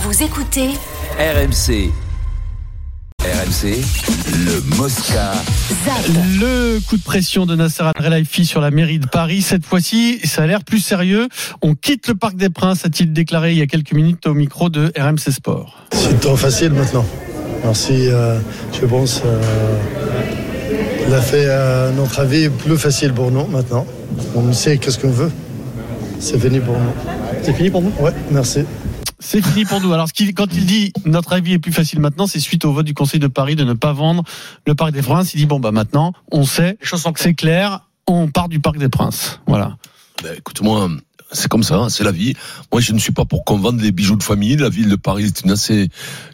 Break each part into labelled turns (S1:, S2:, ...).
S1: Vous écoutez
S2: RMC. RMC, le Mosca.
S3: Le coup de pression de Nasser Al-Relaifi sur la mairie de Paris, cette fois-ci, ça a l'air plus sérieux. On quitte le Parc des Princes, a-t-il déclaré il y a quelques minutes au micro de RMC Sport.
S4: C'est temps facile maintenant. Merci, euh, je pense, euh, il a fait euh, notre avis plus facile pour nous maintenant. On sait qu'est-ce qu'on veut. C'est fini pour nous.
S3: C'est fini pour nous
S4: Ouais, merci.
S3: C'est fini pour nous. Alors, ce qu'il- quand il dit notre avis est plus facile maintenant, c'est suite au vote du Conseil de Paris de ne pas vendre le Parc des Princes. Il dit bon, bah maintenant, on sait, c'est clair, on part du Parc des Princes. Voilà.
S5: Ben, écoute-moi, c'est comme ça, c'est la vie. Moi, je ne suis pas pour qu'on vende des bijoux de famille. La ville de Paris est une assez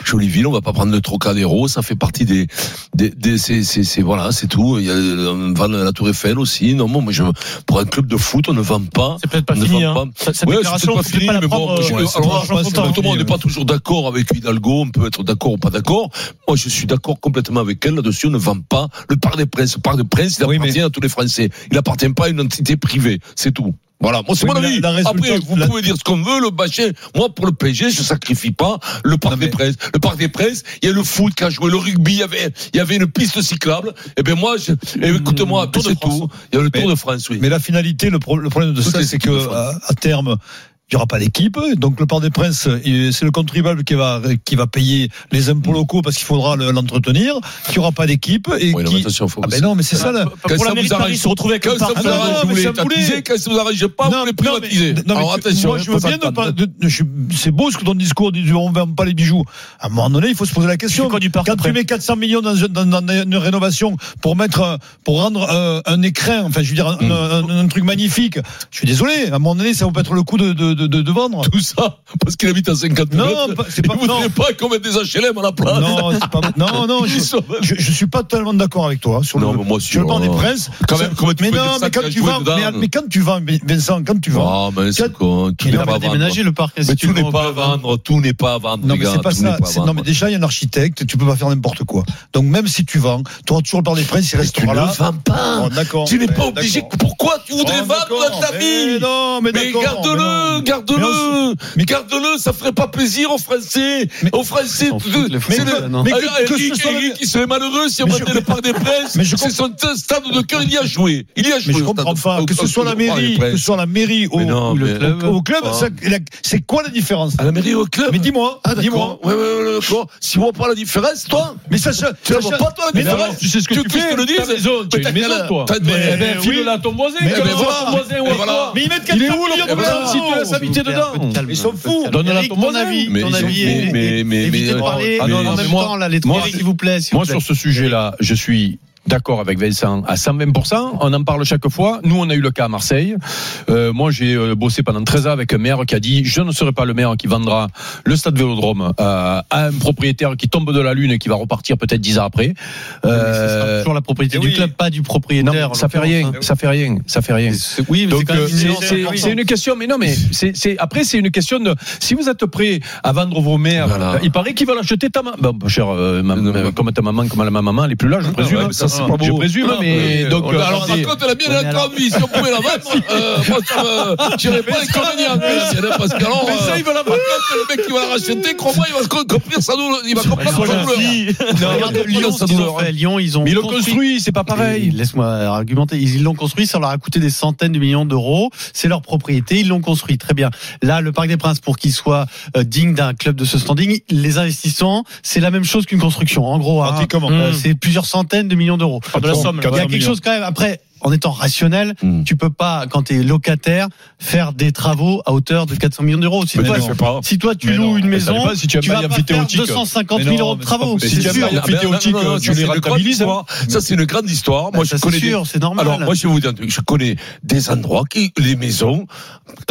S5: jolie ville. On va pas prendre le Trocadéro. Ça fait partie des, des, des- c'est, c'est, c'est- voilà, c'est tout. Il y a, on vend la Tour Eiffel aussi. Non, bon, moi, je, pour un club de foot, on ne vend pas.
S6: C'est peut-être pas
S5: On ne
S6: fini.
S5: vend
S6: Hein.
S5: pas.
S6: Cette cette
S5: Ouais, c'est
S6: déclaration,
S5: pas
S6: on peut
S5: fini,
S6: pas la
S5: mais bon,
S6: prendre,
S5: je-
S6: euh,
S5: alors,
S6: alors,
S5: je pense que tout le monde n'est pas toujours d'accord avec Hidalgo, on peut être d'accord ou pas d'accord. Moi, je suis d'accord complètement avec elle là-dessus, on ne vend pas le Parc des Princes. Le Parc des Princes, il
S6: Oui,
S5: appartient à tous les Français. Il appartient pas à une entité privée, c'est tout. Voilà, moi c'est
S6: Oui,
S5: mon
S6: mais
S5: avis.
S6: la- la résultante-
S5: Après, vous
S6: la-
S5: pouvez dire ce qu'on veut, le bâcher. Moi, pour le PSG, je sacrifie pas le Parc des Princes. Le Parc des Princes, il y a le foot qui a joué, le rugby, il y avait, il y avait une piste cyclable. Eh bien moi, je, eh, écoute-moi,
S6: Tour de
S5: c'est
S6: Hmm, France.
S5: tout. Il y a le Tour de
S6: Mais-
S5: France, oui.
S6: Mais la finalité, le, pro- le problème de
S5: Tout
S6: ça,
S5: est
S6: c'est que
S5: équipe de France.
S6: à, à terme. Il n'y aura pas d'équipe, donc le Parc des Princes, il- c'est le contribuable qui va qui va payer les
S5: Mm.
S6: impôts locaux parce qu'il faudra le- l'entretenir. Il n'y aura pas d'équipe et
S5: Oui, non, mais
S6: qui.
S5: attention, faut-
S6: Ah ben non, mais c'est ça là.
S5: Quand ça vous arrange,
S6: retrouver avec
S5: Quand ça vous arrange, vous les tatisez. Quand ça vous arrange pas,
S6: Non,
S5: vous les privatisez.
S6: non, mais- non, mais
S5: Alors
S6: tu-
S5: attention.
S7: hein,
S5: hein.
S6: moi, je veux
S5: faut
S6: bien ne
S5: s'entendre.
S6: pas. de- de- je- c'est beau ce que ton discours dit. On ne vend pas les bijoux. À un moment donné, il faut se poser la question.
S7: Tu fais quoi du parc
S6: Quand
S7: après
S6: tu mets 400 millions dans, un- dans- dans une rénovation pour mettre, un- pour rendre euh, un écrin, enfin, je veux dire, un,
S5: Mm.
S6: un- un- un truc magnifique. Je suis désolé. À un moment donné, ça vaut peut être le coup de, de, de, de- de vendre.
S5: Tout ça parce qu'il habite à 50
S6: Non,
S5: mètres.
S6: pas- c'est
S5: Il
S6: pas-
S5: vous
S6: non.
S5: voudrait pas qu'on mette des HLM à la place.
S6: Non, c'est pas, non, non, je, je, je suis pas totalement d'accord avec toi hein, sur
S5: Non,
S6: le.
S5: mais moi aussi,
S6: sur le banc
S5: oh.
S6: des princes.
S5: Quand même, comment tu
S6: mais
S5: peux
S6: non,
S5: dire ça
S6: mais
S5: qu'il
S6: quand
S5: a
S6: tu
S5: joué
S6: vends,
S5: dedans
S6: mais, mais quand tu vends, Vincent, quand tu vends.
S5: Ah, mais c'est
S6: Quatre-
S5: con. Tout
S6: Il
S5: n'est
S6: a
S5: pas à vendre.
S3: déménager le parc.
S5: Mais tout n'est pas à vendre. Tout n'est pas à vendre.
S6: Non,
S5: les
S6: mais
S5: gars,
S6: c'est pas
S5: tout n'est
S6: ça.
S5: à
S6: C'est- Non,
S5: vendre.
S6: mais déjà, il y a un architecte, tu peux pas faire n'importe quoi. Donc, même si tu vends, tu auras toujours le bar des princes, il
S5: Mais tu
S6: restera
S5: ne
S6: là.
S5: vends pas.
S6: Bon, d'accord.
S5: Tu n'es
S6: Ouais,
S5: pas obligé.
S6: d'accord.
S5: Pourquoi tu voudrais
S6: Bon,
S5: vendre
S6: d'accord.
S5: ta
S6: Mais
S5: vie
S6: non, mais,
S5: Mais
S6: d'accord, mais
S5: garde-le,
S6: non. Mais on
S5: garde-le, mais
S6: mais-
S5: garde-le, ça ferait pas plaisir aux Français, aux Français.
S3: s'en foutent, les Français,
S5: c'est le-
S3: non.
S6: Mais
S5: Ah,
S6: que-
S5: ah,
S6: que ce
S5: Eric-
S6: soit-
S5: Eric, il serait malheureux si on
S6: Mais je-
S5: vendait le Parc des Princes.
S6: Mais je
S5: C'est son t- stade de cœur, il y a joué. Il y a joué.
S6: Mais je
S5: au
S6: comprends
S5: stade-
S6: pas.
S5: au-
S6: Que ce
S5: au-
S6: soit
S5: au
S6: la
S5: Parc des
S6: mairie,
S5: Princes.
S6: que ce soit la mairie au,
S5: Mais non,
S6: ou le
S5: mais-
S6: club, au club, ça- la- c'est quoi la différence
S5: À Ah, la mairie, au club.
S6: Mais dis-moi,
S5: Ah,
S6: dis-moi.
S5: d'accord. Ouais, ouais, ouais, ouais, d'accord. Si on voit pas la différence, toi,
S6: Mais Sacha,
S5: tu la vois pas, toi, la
S6: mais non,
S5: différence.
S6: tu sais ce que tu
S5: veux
S6: fais,
S5: je te le
S6: t'as
S5: dise.
S6: raison,
S5: Mais
S6: tu as une
S5: t'as
S6: maison,
S5: qu'à-
S6: toi.
S5: t'as une
S6: Mais-
S5: maison.
S6: mais Eh ben oui.
S7: File-le à ton voisin,
S5: Mais-
S7: file-le
S5: mais
S7: à
S5: voilà.
S7: ton voisin ou
S5: Mais
S7: à
S5: voilà.
S7: toi.
S6: Mais ils mettent
S7: Il est
S6: 400
S7: où
S6: millions
S7: le
S6: de
S5: problème
S6: dollars
S7: si tu laisses
S6: s'habiter
S7: habiter dedans
S6: Ils sont fous.
S7: Donne-la
S3: Eric,
S7: ton
S3: ton
S7: voisin.
S3: avis,
S5: Mais-
S3: ton
S5: mais-
S3: avis,
S5: mais-
S3: et-
S5: mais- mais-
S3: évitez de
S8: euh,
S5: mais-
S3: parler
S5: Ah,
S3: en
S5: non,
S3: même temps
S5: non, mais
S3: là, les
S8: moi,
S3: trois, s'il vous plaît. s'il
S8: Moi,
S3: vous plaît.
S8: sur ce sujet-là, je suis d'accord avec Vincent à 120%. On en parle chaque fois. Nous, on a eu le cas à Marseille. Euh, moi, j'ai euh, bossé pendant 13 ans avec un maire qui a dit Je ne serai pas le maire qui vendra le stade Vélodrome euh, à un propriétaire qui tombe de la lune et qui va repartir peut-être 10 ans après.
S3: Mais ce sera
S8: Euh,
S3: toujours la propriété
S6: eh
S3: du
S6: oui.
S3: club, pas du
S8: non,
S3: propriétaire. en
S8: ça fait
S3: l'occurrence,
S8: rien,
S3: hein.
S8: ça fait rien, ça fait rien.
S3: C'est- Oui, mais c'est
S8: Donc
S3: quand même
S8: euh,
S3: une
S8: c'est-
S3: nuance
S8: c'est
S3: importante.
S8: c'est une question, mais non, mais c'est c'est- après c'est une question de si vous êtes prêt à vendre vos mères,
S5: Voilà.
S8: euh, il paraît qu'ils veulent acheter ta maman. Bon, cher, euh, ma-
S5: Non, mais-
S8: euh, comme ta maman, comme la ma maman, elle est plus là, je présume.
S5: Ah,
S8: hein.
S5: ouais, mais ça, c'est pas
S8: Je
S5: beau.
S8: présume,
S5: Ah,
S8: mais
S5: mais-
S8: donc.
S5: on-
S8: euh,
S5: alors,
S8: attendez.
S5: par contre, la mienne, elle a
S3: alors-
S5: envie. Si on pouvait la vendre, euh, moi, ça me- j'irais pas inconvénient. Mais c'est là, parce que alors,
S6: Mais ça,
S5: euh,
S6: il veut la
S5: par contre, le mec qui va la racheter, crois-moi, il va se co- comprendre sa douleur. Il va comprendre sa douleur.
S3: Non, regarde
S8: mais
S3: Lyon,
S8: ça
S3: ce qu'ils
S8: doit-
S3: ont fait à Lyon, ils ont
S8: Mais ils l'ont
S3: construit-
S8: construit, c'est pas
S3: Et
S8: pareil.
S3: Laisse-moi argumenter. Ils l'ont construit, ça leur a coûté des centaines de millions d'euros. C'est leur propriété, ils l'ont construit. Très bien. Là, le Parc des Princes, pour qu'il soit euh, digne d'un club de ce standing, les investissements, c'est la même
S8: Ah,
S3: chose qu'une construction. En gros, hein.
S8: Hmm.
S6: Pratiquement.
S3: Euh, c'est plusieurs centaines de millions d'euros.
S6: de la somme,
S3: Il y a
S6: là,
S3: quelque chose quand même. Après, en étant rationnel,
S8: Hmm.
S5: Mm.
S3: tu peux pas, quand tu es locataire, faire des travaux à hauteur de 400 millions d'euros. Si,
S8: Mais
S3: toi,
S8: tu le fais pas.
S3: si toi, tu
S8: Mais
S3: loues
S8: non,
S3: une
S8: ça
S3: maison,
S8: dépend si tu as
S3: tu
S8: un
S3: vas
S8: bail
S3: pas faire
S8: amphithéotique.
S3: 250 000
S6: Mais non,
S3: euros de
S6: mais c'est pas
S3: travaux.
S6: possible.
S8: Si
S3: c'est
S8: tu as
S3: sûr.
S8: un amphithéotique,
S3: euh,
S5: Ah, non, non,
S8: tu
S5: ça,
S8: les
S5: c'est le grand
S8: rentabilises.
S5: histoire. Ça, c'est une grande histoire. Moi,
S3: Ah, Ça,
S5: je
S3: c'est
S5: connais. des-
S3: sûr, c'est normal.
S5: Alors, moi, je vais vous dire, un truc. je connais des endroits qui, les maisons,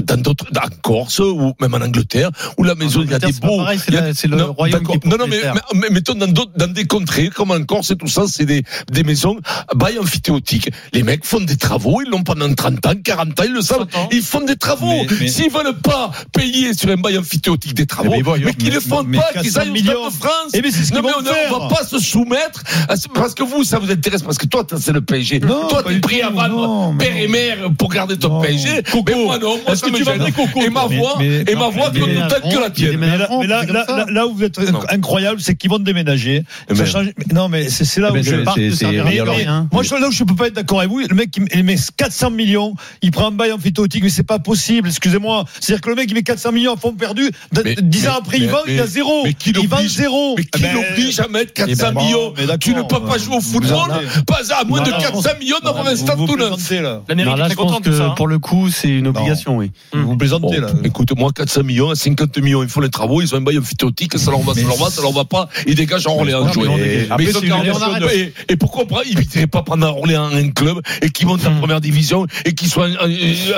S5: dans d'autres, en Corse ou même en Angleterre, où la maison, il y a
S3: Angleterre,
S5: des
S3: c'est pas
S5: beaux.
S3: pareil, c'est
S5: il y a-
S3: la- c'est le
S5: Non,
S3: royaume
S5: d'accord.
S3: qui
S5: Non, non, mais,
S3: propriétaire.
S5: mais- mais mettons dans d'autres, dans des contrées, comme en Corse et tout ça, c'est des, des maisons à bail amphithéotique. Les mecs font des travaux, ils l'ont pendant 30 ans, 40 ans, ils le savent.
S6: 30 ans.
S5: Ils font des travaux.
S6: Mais- mais-
S5: S'ils veulent pas payer sur un bail amphithéotique des
S3: Eh
S5: travaux,
S3: ben,
S6: Mais ils vont
S5: mais,
S6: ailleurs.
S5: qu'ils le
S6: Mais-
S5: font
S6: mais
S5: pas, qu'ils
S6: 400
S5: aillent au Stade
S6: millions.
S5: de France.
S6: Eh ben, c'est ce
S5: non,
S6: qu'ils
S5: mais
S6: vont
S5: on ne- on va
S6: faire.
S5: pas se soumettre à ce- parce que vous, ça vous intéresse, parce que toi, t'as- c'est le PSG.
S6: Non,
S5: toi,
S6: pas
S5: t'es
S6: du
S5: pris
S6: tout,
S5: à vendre
S6: non,
S5: père
S6: mais
S5: et
S6: non.
S5: mère pour garder ton
S6: Non.
S5: PSG. Mais moi, non. Moi,
S6: Est-ce
S5: ça
S6: que
S5: me
S6: tu vas
S5: gêne.
S6: dire coco,
S5: Et
S6: toi
S5: ma voix,
S6: Mais-
S5: et ma voix,
S3: mais-
S5: que
S3: mais-
S5: telle que la tienne.
S3: Mais
S6: Mais là,
S3: la France,
S6: mais là,
S3: c'est
S6: là,
S3: comme ça.
S6: là- là où vous êtes
S5: Non. Eh ben,
S6: incroyable, c'est qu'ils vont déménager. Ça
S5: Mais-
S6: change- mais Non, mais c'est c'est
S5: eh
S6: là où
S5: ben,
S8: Mais
S6: je.
S8: c'est-
S6: parle.
S8: c'est- c'est-
S6: Mais- mais-
S3: rien.
S6: Moi, je, là où je peux pas être d'accord avec vous, le mec, il met- il met 400 millions, il prend un bail amphithéotique, mais c'est pas possible, excusez-moi. C'est-à-dire que le mec, il met 400 millions à fonds perdus, d-
S5: Mais-
S6: 10 ans
S5: mais-
S6: après, il
S5: mais-
S6: vend, il a
S5: mais-
S6: zéro.
S5: mais qui
S6: il vend
S5: l'oblige
S6: zéro.
S5: Mais qui
S6: Eh ben,
S5: l'oblige à mettre 400
S6: eh ben,
S5: millions
S6: mais d'accord,
S5: Tu ne peux pas
S6: euh,
S5: jouer au
S6: vous en
S5: football
S6: avez-
S5: pas à moins de
S6: Non, non.
S5: 400 millions
S6: Non,
S5: dans
S6: mais
S5: un stade
S6: vous, vous
S5: tout neuf.
S6: plaisantez, là.
S3: Alors là, je pense que
S5: hein.
S3: euh, pour le coup, c'est une obligation, oui.
S6: Vous plaisantez, là.
S5: Bon, écoute, moi, 400 millions, à 50 millions, ils font les travaux, ils ont un bail amphithéotique, ça leur va, ça leur va, ça leur va pas, ils dégagent en Orléans
S3: mais
S5: jouer.
S3: on dégage.
S5: Mais
S3: Après,
S5: ils ont
S3: c'est une
S5: 40
S3: version
S5: millions
S3: de-
S5: et, et pourquoi pas, ils n'iraient pas prendre à Orléans un club et qu'ils montent en première division et qu'ils soient en,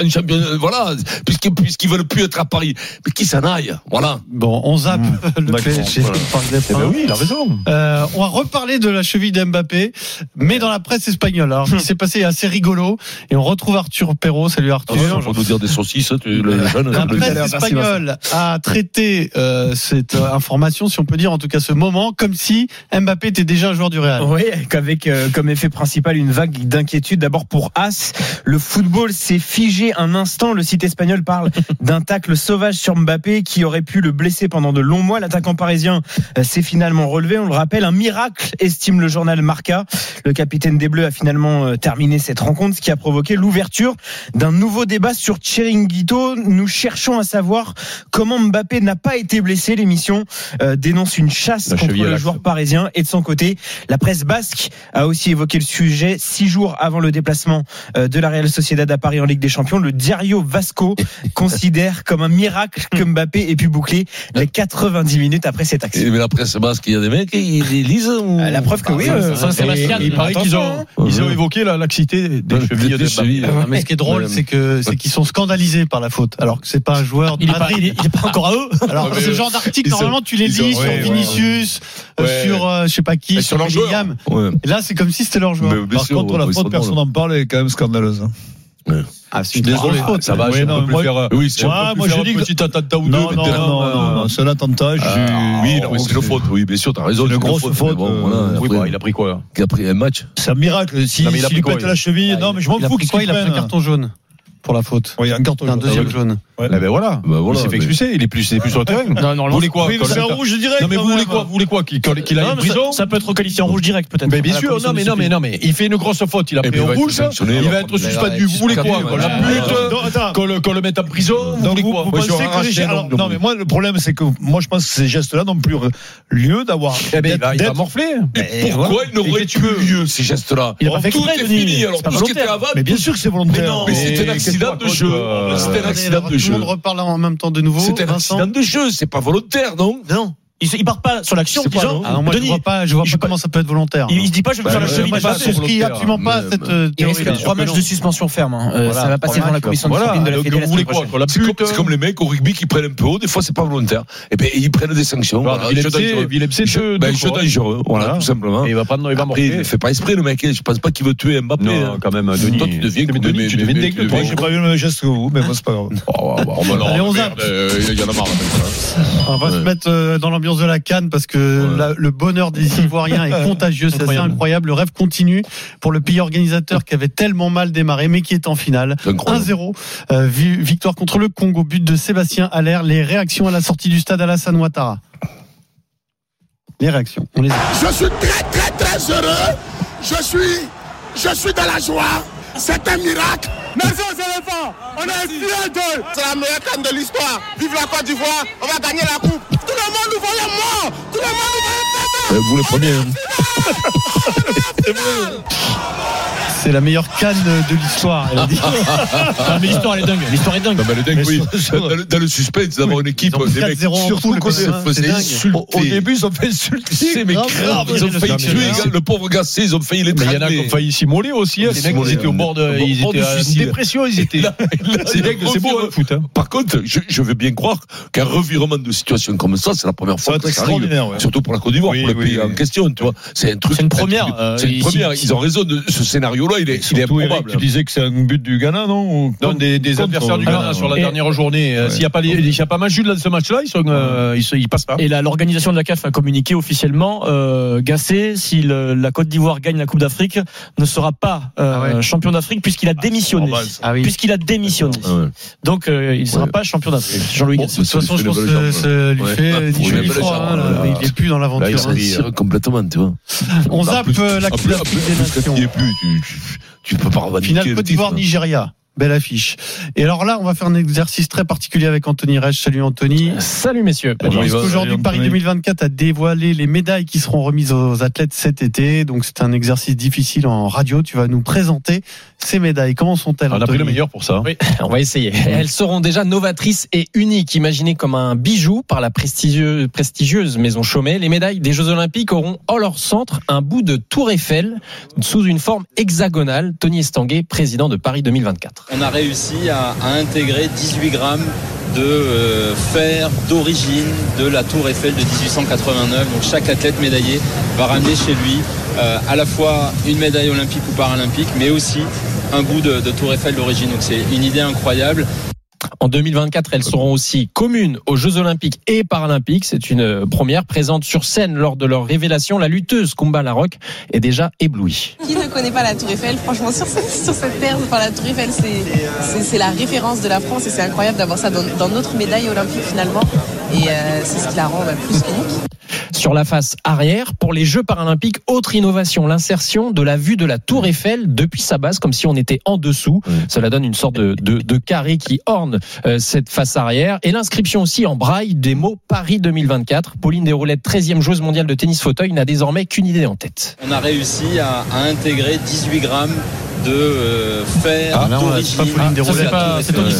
S5: en- en champion, euh, voilà, puisqu'ils, puisqu'ils veulent plus être à Paris. Mais qu'ils s'en aillent, voilà.
S3: Bon, on zappe le PSG
S5: voilà.
S3: Parc des Princes.
S8: oui, il a raison.
S3: Euh, on va reparler de la cheville d'Mbappé, mais dans la presse espagnole. Alors, ce qui s'est passé est assez rigolo. Et on retrouve Arthur Perrault. Salut Arthur.
S5: va nous dire des saucisses, tu- le, le jeune.
S3: La
S5: le-
S3: presse espagnole a traité euh, cette euh, information, si on peut dire en tout cas ce moment, comme si Mbappé était déjà un joueur du Real.
S7: Oui, avec euh, comme effet principal une vague d'inquiétude. D'abord pour As, le football s'est figé un instant. Le site espagnol parle d'un tacle sauvage sur Mbappé qui aurait pu le blesser pendant de longs mois. L'attaquant parisien euh, s'est finalement relevé. On le rappelle, un miracle, estime le journal Marca. Le capitaine des Bleus a finalement euh, terminé cette rencontre, ce qui a provoqué l'ouverture d'un nouveau débat sur Chiringuito. Nous cherchons à savoir comment Mbappé n'a pas été blessé. L'émission euh, dénonce une chasse
S8: La
S7: contre
S8: cheville à
S7: le
S8: l'axe.
S7: joueur parisien et de son côté, la presse basque a aussi évoqué le sujet six jours avant le déplacement euh, de la Real Sociedad à Paris en Ligue des Champions. Le Diario Vasco considère comme un miracle que Mbappé ait pu boucler les 90 minutes après cette action.
S5: Et- Mais la presse basque, il y a des mecs, ils ils lisent. ou-
S7: Euh, La preuve que oui,
S5: Ah,
S7: euh,
S8: Et- et il paraît qu'ils ont, ils ont évoqué la laxité des
S5: Des
S8: chevilles de Mbappé.
S5: chevilles. ah,
S3: Non, mais ce qui est drôle, c'est que c'est qu'ils sont scandalisés par la faute, alors que c'est pas un joueur. de
S7: Il est pas-
S3: Madrid.
S7: il est- il est pas encore
S3: à eux. Alors
S5: Ouais, mais
S3: ce
S5: eux,
S3: genre d'article,
S5: ils sont-
S3: normalement, tu les
S5: ils sont-
S3: lis sur
S5: ouais, ouais,
S3: Vinicius, euh,
S5: Ouais.
S3: sur euh, je sais pas qui,
S5: Et sur leur joueur.
S3: Bellingham.
S5: Ouais.
S3: Et là, c'est comme si c'était leur joueur.
S5: Mais bien
S6: Par
S5: sûr,
S6: contre, la
S5: ouais, ils sont
S6: faute, personne
S5: drôles.
S6: n'en parle, elle est quand même scandaleuse. hein.
S3: Ah, c'est
S6: Je suis désolé.
S3: faute.
S8: Ça va,
S6: Ouais,
S8: je
S6: non,
S8: peux plus
S6: moi-
S8: faire.
S5: Oui, c'est-
S6: Ouais, moi, je dis que-
S8: petit attentat ou deux.
S6: Non, non, non,
S8: maintenant, euh,
S6: non, non, c'est un attentat. je-
S5: Ah, oui, non, mais c'est une faute. Oui, bien sûr, t'as raison.
S6: C'est une
S5: c'est
S6: grosse
S5: mais bon,
S6: faute,
S5: voilà,
S6: euh,
S8: Oui,
S5: après,
S8: bah, il a pris quoi là
S5: il a pris un match.
S6: C'est un miracle. Si,
S8: Non, mais il a
S6: s'il
S8: pris
S6: lui
S8: quoi,
S6: pète
S8: il-
S6: la cheville, non, mais je m'en
S3: Il a
S6: fous
S3: pris
S6: qu'il
S3: quoi Il a pris un
S6: prenne.
S3: carton jaune pour la faute.
S6: Oui, un carton.
S3: Et Un
S6: jaune.
S3: deuxième jaune.
S8: Eh Ben voilà.
S5: Bah, voilà,
S8: il s'est fait
S5: mais-
S8: expulser, il est plus, il est plus sur le terrain. Non, non, vous voulez quoi
S6: Oui, mais
S8: Colin
S6: c'est un rouge, je dirais.
S8: Non, mais
S6: quand
S8: vous voulez
S6: même.
S8: quoi Vous voulez quoi Qu'il qu'il- qu'il aille en prison
S7: peut être requalifié en rouge direct peut-être.
S8: Mais bien sûr, non, mais non, mais non, mais il fait une grosse faute, il a
S5: Eh
S8: pris
S5: ben, il
S8: un
S5: va être
S8: rouge,
S5: sanctionné,
S8: il
S5: il va
S8: va être suspendu.
S5: être
S8: Vous voulez quoi
S5: suspendu,
S8: Qu'on la
S5: ouais.
S8: bute,
S6: Non, attends.
S8: qu'on le, qu'on le mette en prison Vous
S6: Donc
S8: voulez
S6: vous,
S8: quoi
S6: vous
S8: Moi,
S6: pensez
S8: j'aurais
S6: que les
S8: arraché
S6: gestes-
S8: un
S6: alors,
S8: angle
S6: non
S8: au
S6: mais
S8: bout.
S6: moi le problème c'est que moi je pense que ces gestes-là n'ont plus lieu d'avoir.
S8: Eh ben, il va- il va
S6: d'être-
S8: morfler.
S5: Et pourquoi
S8: voilà.
S5: il n'aurait eu lieu ces gestes-là
S7: Il a pas fait
S5: Tout
S7: exprès,
S5: est
S7: Denis.
S5: fini. Alors
S7: C'est pas
S5: tout ce qui était
S7: volontaire.
S5: avant,
S6: Mais bien sûr que c'est
S5: Mais
S6: volontaire.
S5: non, mais c'était un
S8: Mais
S5: accident de
S8: qu'est-ce
S5: jeu.
S8: qu'on raconte,
S5: C'était un
S8: euh,
S5: accident de
S3: Tout
S5: jeu.
S3: le monde reparle en même temps de nouveau.
S5: C'était un
S3: Vincent
S5: accident de jeu. C'est pas volontaire, non
S9: Non. Il ne part pas sur l'action en
S5: C'est pas
S9: disant
S5: non.
S3: Ah non, moi je
S9: Denis,
S3: vois pas, je
S9: je
S3: vois pas
S9: suis pas-
S3: comment ça peut être volontaire.
S9: il, il se dit pas je vais me faire la
S8: Ouais,
S9: cheville.
S8: moi,
S9: il
S3: Moi,
S8: je
S9: part.
S8: pas
S3: je souscris
S8: volontaire.
S3: absolument pas à
S5: Mais-
S3: cette euh,
S9: Il
S3: théorie.
S9: risque trois matchs de suspension ferme. hein. Euh, ça va passer devant la commission de
S8: Voilà,
S9: discipline de la
S8: donc
S9: fédération.
S8: vous voulez quoi Qu'on la
S5: C'est comme,
S8: bute
S5: c'est comme les mecs au rugby qui prennent un peu haut, des fois c'est pas volontaire. Et ben ils prennent des sanctions. Voilà,
S8: Il est
S5: jeu
S8: blessé,
S5: dangereux.
S8: il est blessé
S5: Jeu-
S8: deux-
S5: ben,
S8: deux
S5: jeu
S8: fois.
S5: dangereux, voilà,
S8: Voilà.
S5: tout simplement.
S8: Et il va prendre, il va
S5: Après,
S8: morfler.
S5: il fait pas esprit le mec, hein. je pense pas qu'il veut tuer Mbappé.
S8: Non,
S5: hein.
S8: quand même, Denis.
S5: Toi, tu deviens
S8: Mais
S5: comme-
S8: Denis,
S5: mais-
S8: tu
S5: mais-
S8: deviens
S5: mais-
S8: dès que
S5: mais-
S8: toi.
S6: Moi, J'ai pas eu le même geste que vous, mais bon c'est pas grave.
S5: Oh, bah, bah, on va leur-
S3: Allez, on
S5: merde,
S3: zappe.
S5: euh, Il y en a marre. hein.
S3: On va se
S5: Ouais.
S3: mettre euh, dans l'ambiance de la canne parce que
S5: Ouais.
S3: la- le bonheur des Ivoiriens est contagieux, c'est assez incroyable. Le rêve continue pour le pays organisateur qui avait tellement mal démarré mais qui est en finale.
S5: C'est incroyable.
S3: 1-0, euh, vi- victoire contre le Congo, but de Sébastien Allaire. Les réactions à la sortie du stade Alassane Ouattara. Les réactions, on les a.
S10: Je suis très très très heureux. Je suis, je suis dans la joie. C'est un miracle. Merci aux éléphants. On est fiers d'eux. C'est la meilleure canne de l'histoire. Vive la Côte d'Ivoire. On va gagner la coupe. Tout le monde nous voyait morts. Tout le monde nous voyait péter.
S5: Euh, Vous le premier. hein.
S3: C'est la meilleure canne de l'histoire, elle a dit.
S9: Non, mais l'histoire, elle est dingue. L'histoire est dingue.
S5: Non, mais le dingue,
S6: Mais
S5: oui.
S6: sur-
S5: Dans le- dans le suspense d'avoir une équipe,
S3: Ils ont
S5: des mecs,
S3: 4-0 en
S5: surtout
S3: poule,
S5: qu'on se
S3: quoi, hein, c'est
S5: faisait
S3: dingue.
S5: insulter.
S6: Au début, ils ont fait insulter.
S5: c'est mais grave, ils ont failli
S3: mais
S5: tuer
S3: là-
S5: gars, le pauvre Gasset, ils ont failli les
S8: Mais il y en a qui
S5: traquer.
S8: ont failli s'immoler aussi. hein.
S5: Ils
S8: Ces mecs,
S5: s'immoler,
S8: ils étaient au
S5: euh,
S8: bord de,
S5: au
S8: ils
S5: bord
S8: étaient
S5: du
S8: à
S5: suicide.
S8: une dépression, ils étaient.
S5: C'est bien que
S8: c'est beau le foot. hein.
S5: Par contre, je, je veux bien croire qu'un revirement de situation comme ça, c'est la première fois
S6: va
S5: que
S6: être
S5: ça arrive.
S6: extraordinaire, ouais.
S5: Surtout pour la Côte d'Ivoire,
S6: Oui,
S5: pour le
S6: oui,
S5: pays
S6: oui.
S5: en question, tu vois. C'est un truc.
S9: C'est une
S5: un truc-
S9: première, euh,
S5: C'est une
S9: ici.
S5: première. Ils ont raison de ce scénario-là, il est, il est
S6: Surtout, Eric,
S5: improbable.
S6: Tu disais que c'est un but du Ghana, non Ou
S8: Non,
S6: contre-
S8: des, des
S6: contre-
S8: adversaires du
S6: Alors,
S8: Ghana sur la
S9: Et-
S8: dernière journée. euh,
S6: Ouais.
S8: S'il n'y a pas, les- il y a pas match nul dans ce match-là, ils, sont, euh, ils, se- ils passent pas.
S9: Et là, l'organisation de la CAF a communiqué officiellement euh, Gassé, si le- la Côte d'Ivoire gagne la Coupe d'Afrique, ne sera pas euh,
S7: Ah ouais.
S9: champion d'Afrique puisqu'il a démissionné.
S6: normal, ça.
S7: Ah oui.
S9: Puisqu'il a démissionné.
S5: Ah ouais.
S9: Donc, euh, il ne sera
S5: Ouais.
S9: pas champion d'Afrique. Jean-Louis
S5: Bon,
S9: Gasset.
S3: De toute façon, je pense
S5: c'est
S3: que
S5: le
S3: ça lui
S5: Ouais.
S3: fait
S5: Ouais.
S3: ni chaud ni
S5: Ouais.
S3: froid. hein,
S5: Ouais.
S3: là. Il n'est plus dans
S5: Là, il
S3: l'aventure. hein.
S5: s'en tire complètement, tu vois.
S3: On
S5: En
S3: zappe
S5: plus,
S3: euh, la
S5: en
S3: Coupe
S5: plus,
S3: d'Afrique
S5: en
S3: des
S5: plus, quand
S3: Nations.
S5: il y est plus, tu- tu- tu peux pas revendiquer
S3: Finale
S5: le
S3: Côte
S5: titre, hein.
S3: d'Ivoire-Nigeria. Belle affiche. Et alors là, on va faire un exercice très particulier avec Anthony Reich. Salut Anthony.
S9: Salut messieurs.
S6: Salut.
S3: Alors,
S6: il va-
S3: Aujourd'hui,
S6: Anthony.
S3: Paris 2024 a dévoilé les médailles qui seront remises aux athlètes cet été. Donc, c'est un exercice difficile en radio. Tu vas nous présenter ces médailles. Comment sont-elles
S8: On a pris
S3: Anthony
S8: le meilleur pour ça.
S9: On va essayer.
S11: Elles seront déjà novatrices et uniques, imaginées comme un bijou par la prestigieuse, prestigieuse maison Chaumet. Les médailles des Jeux Olympiques auront en leur centre un bout de Tour Eiffel sous une forme hexagonale. Tony Estanguet, président de Paris 2024.
S12: On a réussi à, à intégrer 18 grammes de euh, fer d'origine de la tour Eiffel de 1889. Donc chaque athlète médaillé va ramener chez lui euh, à la fois une médaille olympique ou paralympique, mais aussi un bout de, de tour Eiffel d'origine. Donc c'est une idée incroyable.
S11: En 2024, elles seront aussi communes aux Jeux Olympiques et Paralympiques. C'est une euh, première présente sur scène lors de leur révélation. La lutteuse Kumba Larocque est déjà éblouie.
S12: Qui ne connaît pas la tour Eiffel Franchement, sur, cette terre, la tour Eiffel, c'est la référence de la France et c'est incroyable d'avoir ça dans, notre médaille olympique finalement. Et euh, c'est ce qui la rend bah, plus unique.
S11: Sur la face arrière, pour les Jeux paralympiques, autre innovation, l'insertion de la vue de la Tour Eiffel depuis sa base, comme si on était en dessous. Cela donne une sorte de, de- de carré qui orne euh, cette face arrière. Et l'inscription aussi en braille des mots Paris 2024. Pauline Desroulettes, 13e joueuse mondiale de tennis fauteuil, n'a désormais qu'une idée en tête.
S12: On a réussi à, à intégrer 18 grammes de euh, fer
S3: Ah, là, on a-
S12: d'origine.
S3: c'est pas Pauline Ah, Desroulettes,
S12: de la tour
S9: c'est
S12: Eiffel.
S9: Tony,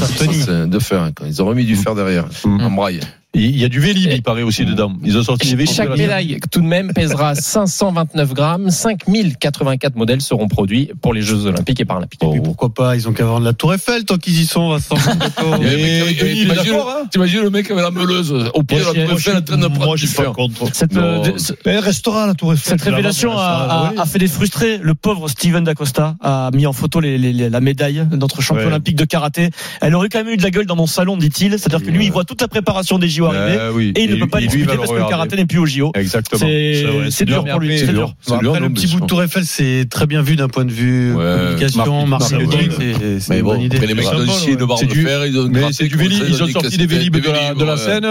S9: ça,
S5: Ouais, c'est De fer, quoi. ils ont remis du fer derrière, en braille.
S8: Il y a du Vélib, il paraît aussi dedans. Ils ont sorti les Vélib.
S11: Chaque médaille, tout de même, pèsera 529 grammes. 5084 modèles seront produits pour les Jeux Olympiques et Paralympiques.
S3: Et puis pourquoi pas Ils ont qu'à vendre la Tour Eiffel tant qu'ils y sont, Vincent.
S5: Et le mec
S6: Et-
S5: avec-
S6: et
S5: et
S6: il est
S5: T'imagines
S6: d'accord, hein
S5: t'imagines le mec avec la meuleuse euh, au pied de la tour Eiffel en train de prendre
S6: Moi, je
S5: du
S6: suis pas
S5: fer.
S6: contre.
S9: Cette, euh,
S5: Non.
S9: dé- ce-
S6: Mais restera la Tour Eiffel.
S9: cette
S6: finalement,
S9: révélation
S6: elle
S9: a,
S6: restera,
S9: a-
S6: oui.
S9: a fait des frustrés. Le pauvre Steven D'Acosta a mis en photo les- les- les- la médaille, notre champion
S6: Ouais.
S9: olympique de karaté. Elle aurait quand même eu de la gueule dans mon salon, dit-il. C'est-à-dire que lui, il voit toute la préparation des JO arriver
S5: Ah
S9: et il ne peut pas l'expliquer parce que le karaté n'est plus au JO.
S8: Exactement.
S9: C'est- c'est dur pour lui, c'est dur.
S5: C'est dur,
S3: Bah, Après,
S5: non,
S3: le petit
S5: mais
S3: bout de
S5: sûr.
S3: Tour Eiffel, c'est très bien vu d'un point de vue euh,
S5: Ouais.
S3: communication,
S5: Marque-
S3: marketing.
S5: marque-
S3: C'est c'est
S5: Mais
S3: une bonne
S5: bon,
S3: idée.
S5: après les mecs
S6: C'est
S5: ont
S6: un
S5: chié
S6: symbole,
S5: de barre
S8: ouais.
S5: de fer, ils ont
S8: Mais
S5: gratté
S8: c'est du
S5: comme
S8: Vélib,
S5: ça,
S8: ils ont
S5: des
S8: sorti
S5: cassettes,
S8: des Vélib de la,
S5: Vélib,
S8: de la
S5: ouais.
S8: Seine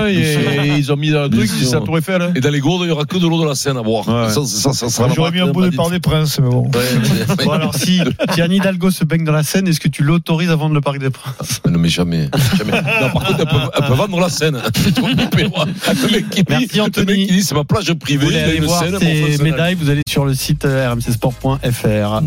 S8: et, et ils ont mis un truc,
S5: Bien
S8: c'est
S5: sûr.
S8: la Tour Eiffel. hein.
S5: Et dans les gourdes, il n'y aura que de l'eau de la Seine à boire.
S6: Ouais.
S5: Ça, ça, ça sera la
S6: J'aurais mis un
S5: marque
S6: bout de
S5: Madrid.
S6: par des princes, mais bon.
S5: Ouais, mais- mais-
S3: Bon, alors si, si Anne Hidalgo se baigne dans la Seine, est-ce que tu l'autorises à vendre le Parc des Princes
S5: Non, mais jamais. jamais. Non, par contre, elle peut, elle peut vendre la scène. le mec qui dit,
S3: Merci, Anthony.
S5: Le mec qui dit, c'est ma plage
S3: Vous
S5: privée,
S3: voulez
S5: il a
S3: aller
S5: une
S3: voir
S5: scène. mon
S3: ces
S5: frère,
S3: médailles, vous allez sur le site euh, rmcsport.fr.